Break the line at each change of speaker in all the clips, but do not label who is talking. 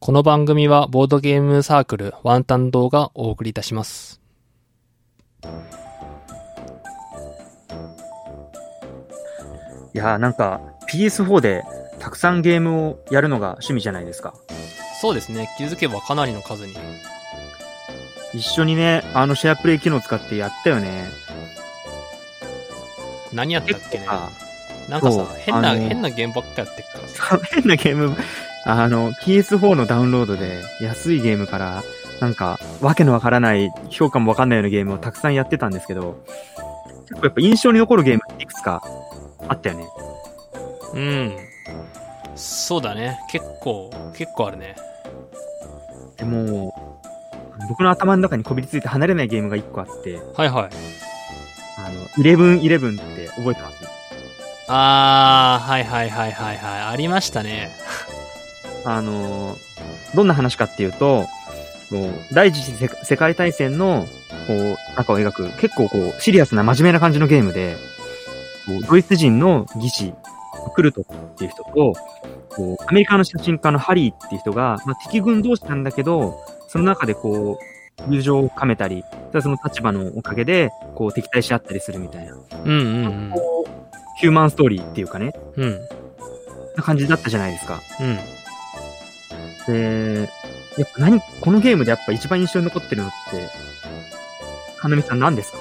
この番組はボードゲームサークルワンタン堂がお送りいたします。
いやーなんか PS4 でたくさんゲームをやるのが趣味じゃないですか。
そうですね。気づけばかなりの数に。
一緒にね、あのシェアプレイ機能使ってやったよね。
何やったっけね。
あ
なんか
そ
さ
う、
変な、
あの
変なゲームばっかやってっからさ。
ー変なゲーム、 あの PS4 のダウンロードで安いゲームからなんかわけのわからない評価もわかんないようなゲームをたくさんやってたんですけど、結構やっぱ印象に残るゲームっていくつかあったよね。
うん。そうだね。結構、結構あるね。
でも、僕の頭の中にこびりついて離れないゲームが一個あって、
はいはい。
あの、11-11って覚えてます
あー、はいはいはいはいはい。ありましたね。
あのーどんな話かっていうと、こう第一次世界世界大戦の、こう、中を描く、結構こう、シリアスな真面目な感じのゲームで、こうドイツ人の技師、クルトっていう人と、こう、アメリカの写真家のハリーっていう人が、まあ、敵軍同士なんだけど、その中でこう、友情を深めたり、ただその立場のおかげで、こう、敵対し合ったりするみたいな、
うんうん
こうヒューマンストーリーっていうかね、
うん。うん。
な感じだったじゃないですか。
うん。
で、やっぱ何、このゲームでやっぱ一番印象に残ってるのって、かなみさん何ですか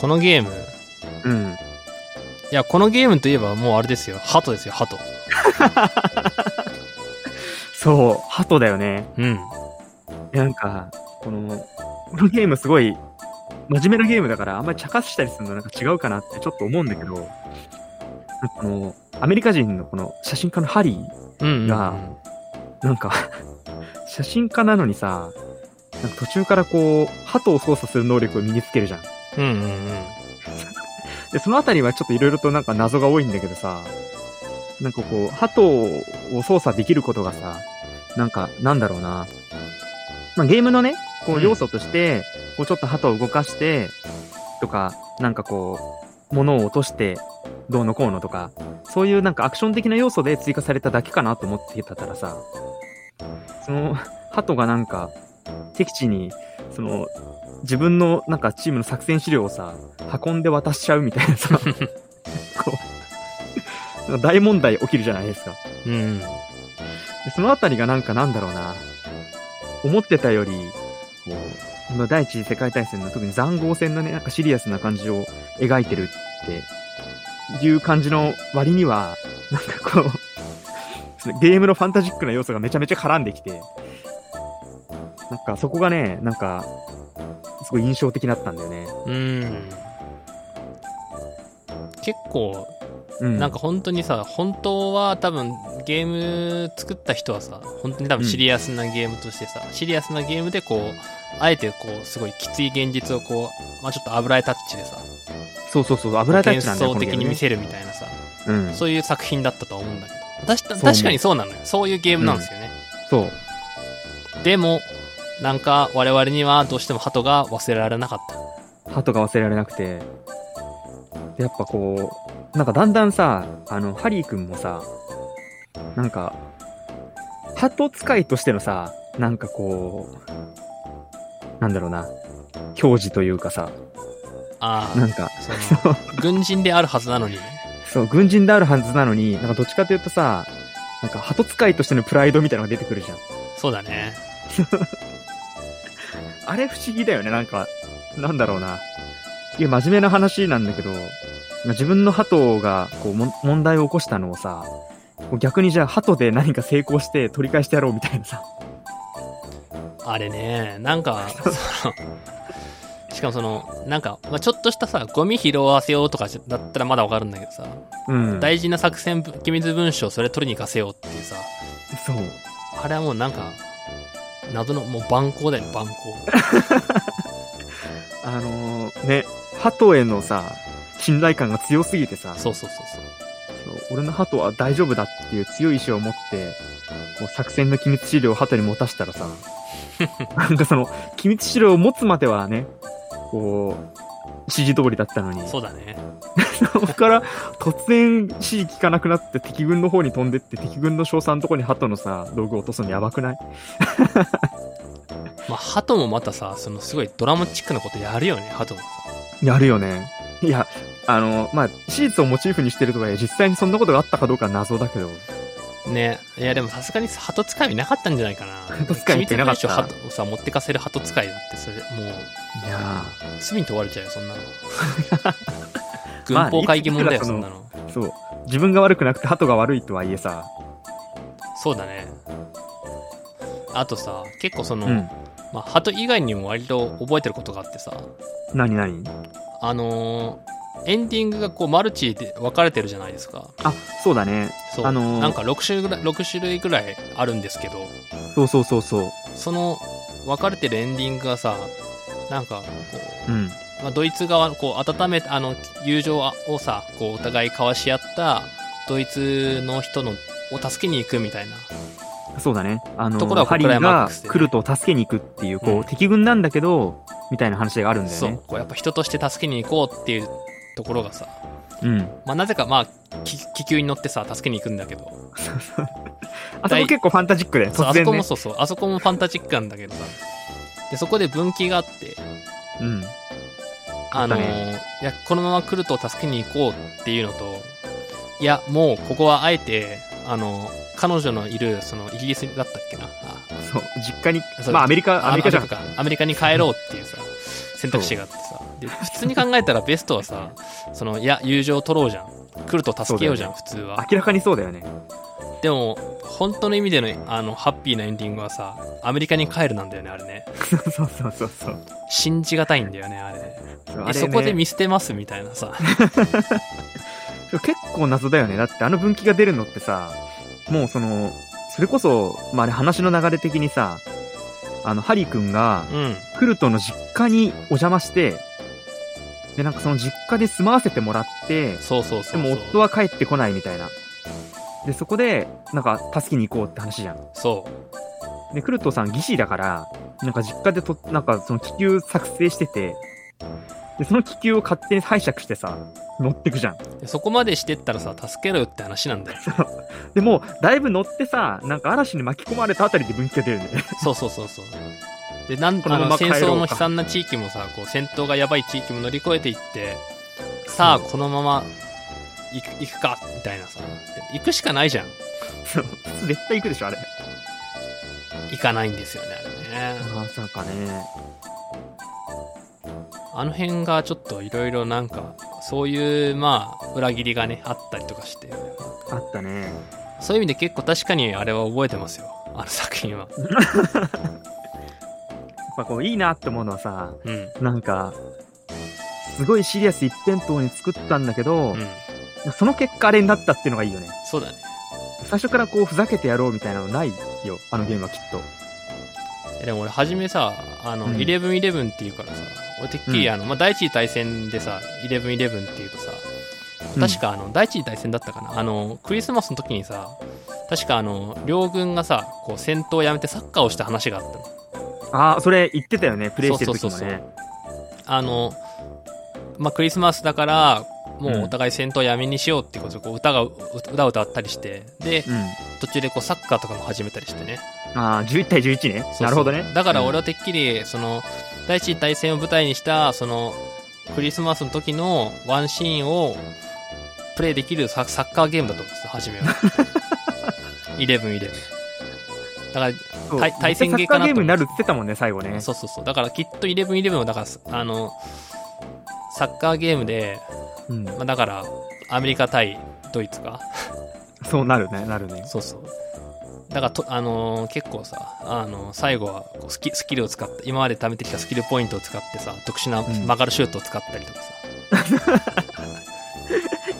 このゲーム。
うん。
いや、このゲームといえばもうあれですよ。ハトですよ、ハト。
そう、ハトだよね。
うん。
いやなんか、この、このゲームすごい、真面目なゲームだから、あんまり茶化したりするのなんか違うかなってちょっと思うんだけど、なんかこの、アメリカ人のこの写真家のハリー、
うんうん、うん。
がなんか、 写真家なのにさ、なんか途中からこう、ハトを操作する能力を身につけるじゃん。
うんうんうん。
で、そのあたりはちょっといろいろとなんか謎が多いんだけどさ、なんかこう、鳩を操作できることがさ、なんか、なんだろうな。まあ、ゲームのね、こ
う
うん要素として、こうちょっと鳩を動かして、とか、なんかこう、物を落として、どうのこうのとか、そういうなんかアクション的な要素で追加されただけかなと思ってたらさ、その、鳩がなんか、敵地に、その、自分のなんかチームの作戦資料をさ、運んで渡しちゃうみたい なさ、こう、大問題起きるじゃないですか。
うんうん。
でそのあたりがなんかなんだろうな、思ってたより、こう、まあ第一次世界大戦の特に残壕戦のね、なんかシリアスな感じを描いてるっていう感じの割には、なんかこう、その ゲームのファンタジックな要素がめちゃめちゃ絡んできて、なんかそこがね、なんか、すごい印象的だったんだよね。
うん。結構、
うん。
なんか本当にさ、本当は多分ゲーム作った人はさ、本当に多分シリアスなゲームとしてさ、シリアスなゲームでこう、あえてこう、すごいきつい現実をこう、まあちょっと油絵タッチでさ、
そうそうそう、油絵タッ
幻
チなんだよ
想的に見
こ
せるみたいなさ、
のゲームねうん。
そういう作品だったとは思うんだけど、確か
そう思う
確かにそうなのよ。そういうゲームなんですよね。
そう。
でも、なんか我々にはどうしても鳩が忘れられなかった。
鳩が忘れられなくて。でやっぱこう、なんかだんだんさ、あの、ハリー君もさ、なんか、鳩使いとしてのさ、なんかこう、なんだろうな、矜持というかさ、
あ
なんか、
あ、その、軍人であるはずなのに、
そう、軍人であるはずなのに、なんかどっちかというとさ、なんか鳩使いとしてのプライドみたいなのが出てくるじゃん。
そうだね。
あれ不思議だよね、なんか、なんだろうな。いや、真面目な話なんだけど、自分の鳩が、こう、も問題を起こしたのをさ、こう逆にじゃあ鳩で何か成功して取り返してやろうみたいなさ。
あれね、なんか、その、しかもその、なんか、まあ、ちょっとしたさ、ゴミ拾わせようとかじゃだったらまだわかるんだけどさ、
うん。
大事な作戦ぶ、機密文書をそれ取りに行かせようっていうさ、
そう。
あれはもうなんか、謎の、もう蛮行だよね、蛮行。
あのーね、鳩へのさ、信頼感が強すぎてさ、
そうそうそうそう。
そう俺の鳩は大丈夫だっていう強い意志を持って、こう作戦の機密資料を鳩に持たしたら さ、なんかその、機密資料を持つまではね、こう、指示通りだったのに。
そうだね。
そこから突然指示聞かなくなって敵軍の方に飛んでって敵軍の少佐のとこに鳩のさ、道具を落とすのやばくない
まあ、鳩もまたさ、そのすごいドラマチックなことやるよね、鳩もさ。
やるよね。いや、あの、まあ、史実をモチーフにしてるとかいえ、実際にそんなことがあったかどうかは謎だけど。
ねいやでもさすがにさ鳩使いなかったんじゃないかな
鳩使いってなかった
君と一緒に鳩をさ持ってかせる鳩使いだってそれもう
いや
罪に問われちゃうよそんなの
まあ
軍法会議問だよ
いつ
そ
か
ん
ら
なの
ーそう。自分が悪くなくて鳩が悪いとはいえさ。
そうだねあとさ結構その、
うん。
まあ、鳩以外にも割と覚えてることがあってさ
なになに
あのーエンディングがこうマルチで分かれてるじゃないですか
あ、そうだね。
そう、
あのー
なんか6種類ぐらい6種類ぐらいあるんですけど
そうそうそうそう。
その分かれてるエンディングがさなんかこう
うん。
まあ、ドイツ側のこう温めあの友情をさこうお互い交わし合ったドイツの人のを助けに行くみたいな
そうだね。あの、
ところは
ハ
こ
リ
こから
ー
マッ
が
クスでね
来ると助けに行くっていう、こう、
うん
敵軍なんだけど、みたいな話があるんだよ
そう
ね。
こうやっぱ人として助けに行こうっていうところがさ、
うん。
まあ、なぜかまあ気気球に乗ってさ助けに行くんだけど
あそこ結構ファンタジックで、
そう
突
あそ
然
こ
ね
も。そうそうあそこもファンタジックなんだけどさでそこで分岐があって
うん。
あのー
あったね
いやこのまま来ると助けに行こうっていうのといやもうここはあえてあの彼女のいるそのイギリスだったっけなあ
そう。実家に
そ、う
まあアメリカ、アメリカじゃん。
かアメリカに帰ろうっていうさ選択肢があってさで普通に考えたらベストはさそのいや友情取ろうじゃん来ると助けようじゃん、普通は
明らかにそうだよね。
でも本当の意味でのあのハッピーなエンディングはさアメリカに帰るなんだよねあれね
そうそうそうそうそう。
信じがたいんだよねあれ
そ
い
うあ
や
れね
そこで見捨てますみたいなさ
結構謎だよね。だってあの分岐が出るのってさ、もうその、それこそ、まあ、あれ話の流れ的にさ、あの、ハリー君が、
うん
クルトの実家にお邪魔して、で、なんかその実家で住まわせてもらって、
そうそうそうそ
で
う
も夫は帰ってこないみたいな。で、そこで、なんか、助けに行こうって話じゃん。
そ
で、クルトさん、技師だから、なんか実家でと、なんかその気球作成してて、で、その気球を勝手に拝借してさ、乗ってくじゃん。
うでそこまでしてったらさ助けろよって話なんだよ
でもう、だいぶ乗ってさ、なんか嵐に巻き込まれたあたりで分岐が出るんだよね。
そうそうそうそう。で、なん
この
あ
ま
の
ま帰
戦
ろ
争の
うか
悲惨な地域もさ、こう戦闘がやばい地域も乗り越えていって、さあ、
そう
このまま行く行くか、みたいなさ。で行くしかないじゃん。
そう絶対行くでしょ、あれ。
行かないんですよね、あれね。
まさかね。
あの辺がちょっといろいろなんか、そういう、まあ、裏切りがね、あったりとかして、
あったね。
そういう意味で結構確かにあれは覚えてますよ。あの作品は。
やっぱこう、いいなって思うのはさ、
うん。
なんか、すごいシリアス一辺倒に作ったんだけど、
うん。
その結果あれになったっていうのがいいよね。
そうだね。
最初からこう、ふざけてやろうみたいなのないよ、あのゲームはきっと。
えでも俺初めさあの、
うん
11-11っていうからさ俺てっきり、
うん
あのまあ、第一次大戦でさ11-11っていうとさ
うん
確かあの、第一次大戦だったかなあのクリスマスの時にさ確かあの両軍がさこう戦闘をやめてサッカーをした話があったの
ああ、それ言ってたよね、プレイしてる時も
そ
ね。
うそうそうあの、まあ、クリスマスだからもうお互い戦闘をやめにしようってことでこう歌がう歌を歌ったりしてで途中でこうサッカーとかも始めたりしてね
うん。ああ、11対11ね。
そうそう
なるほどね。
だから俺はてっきりその第一次大戦を舞台にしたそのクリスマスの時のワンシーンをプレイできるササッカーゲームだと思ってた初めは イレブンイレブンだから、
そう
対対戦ゲーか
サッカ
なと
ーゲー
思
ム
う
になるって言ってたもんね、最後ね。
そうそうそうだからきっとイレブンイレブンはだからあのサッカーゲームで、
うん。
まあ、だからアメリカ対ドイツか
そうなるね、なるね。
そうそう。だからと、あのー結構さ、あのー最後はこうスキスキルを使って、今まで貯めてきたスキルポイントを使ってさ、特殊な
うん
曲がるシュートを使ったりとかさ、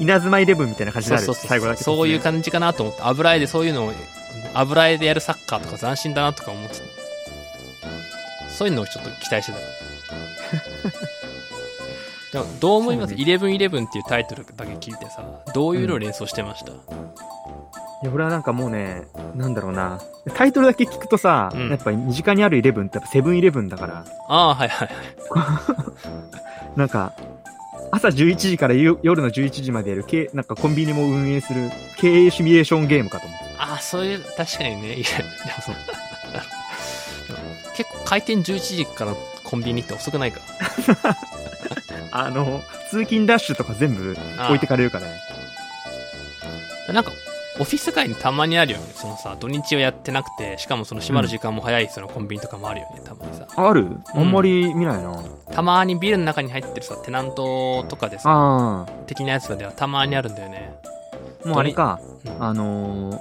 稲妻イレブンみたいな感じに
そう
なる。
そうそう
最後だけ。
そういう感じかなと思って、油絵でそういうのを、油絵でやるサッカーとか斬新だなとか思ってたそういうのをちょっと期待して た。でもどう思います
そうね
?1111 っていうタイトルだけ聞いてさ、どういうのを連想してました、
いや、俺はなんかもうね、なんだろうな。タイトルだけ聞くとさ、
うん
やっぱり身近にあるイレブンってやっぱセブンイレブンだから、
ああ、はいはいはい。
なんか、朝11時から夜夜の11時までやる、けなんかコンビニも運営する経営シミュレーションゲームかと思って。
ああ、そういう、確かにね。いや、でもその、結構開店11時からコンビニって遅くないか。
あの、通勤ラッシュとか全部
あー
置いてかれるからね。
なんか、オフィス街にたまにあるよね。そのさ、土日をやってなくて、しかもその閉まる時間も早い、そのコンビニとかもあるよね、たまにさ。
あるあんまり見ないな。
たまにビルの中に入ってるさ、テナントとかでさ、
あ
的なやつではたまにあるんだよね。
あ、もうあれか、
うん
あのー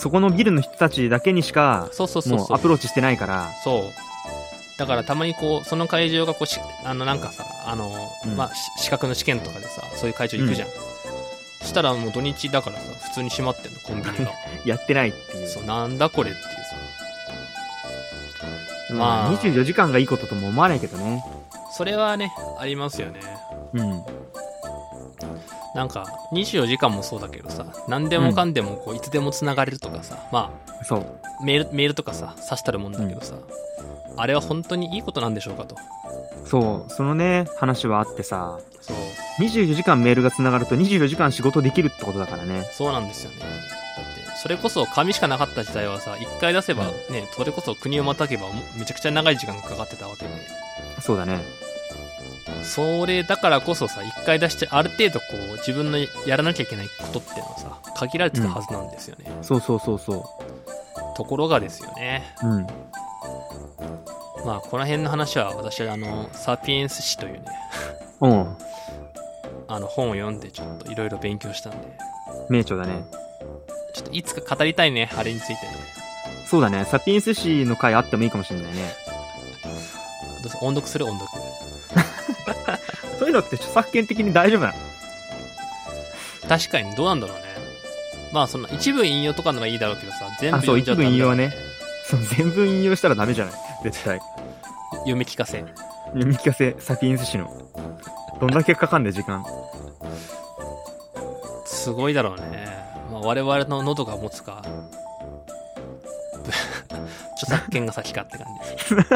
そこのビルの人たちだけにしか、
そうそうそう
もう
そ
ア
う。
プローチしてないから、
そう。だからたまにこう、その会場がこうし、あのなんかさ、あの、
うん
まあ、し資格の試験とかでさ、そういう会場行くじゃん。そしたらもう土日だからさ、普通に閉まってんの、コンビニが。
やってないっていう。
そう、なんだこれっていうま
ま
あ
あ、24時間がいいこととも思わないけどね。
さ。それはね、ありますよね。
うん。
なんか、24時間もそうだけどさ、何でもかんでもこう、いつでも繋がれるとかさ、まあ、
そう。
メール、メールとかさ、さしたるもんだけどさ、あれは本当にいいことなんでしょうかと。
そう。そのね、話はあってさ、
そう、
24時間メールが繋がると24時間仕事できるってことだからね。
そうなんですよね。だって、それこそ紙しかなかった時代はさ、一回出せば、ね、それこそ国をまたげば、もめちゃくちゃ長い時間かかってたわけで、
そうだね。
それだからこそさ、一回出して、ある程度こう、自分のやらなきゃいけないことっていうのはさ、限られてたはずなんですよね。
そうそうそうそ
ところがですよね。
う。うん。
まあ、この辺の話は私はあの、サピエンス誌というね、
うん。
あの本を読んでちょっといろいろ勉強したんで、
名著だね。
ちょっといつか語りたいね、あれについてね。
そうだね。サピエンス誌の回あってもいいかもしれないね。
どうせ音読する音読。
そういうのって著作権的に大丈夫なの
確かにどうなんだろうね。まあその一部引用とかならいいだろうけどさ、全部
あ、そう、
読んじゃったら
一部引用はね。そう、全部引用したらダメじゃない絶対。
読み聞かせ。
読み聞かせ、サピエンス誌の。どんだけかかんで時間。
すごいだろうね。まあ我々の喉が持つか。 著作権が先かって感じです。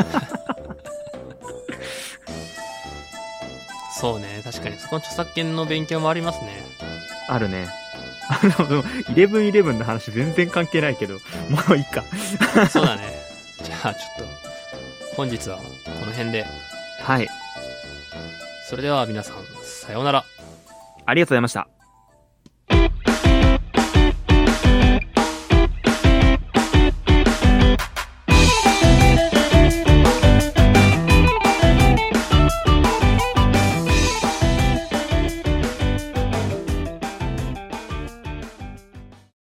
そうね、確かにそこの著作権の勉強もあります ね。
あるね。あの、でもイレブンイレブンの話全然関係ないけど、もういいか。
そうだね。じゃあちょっと、本日はこの辺で。
はい。
それでは皆さん、さようなら。
ありがとうございました。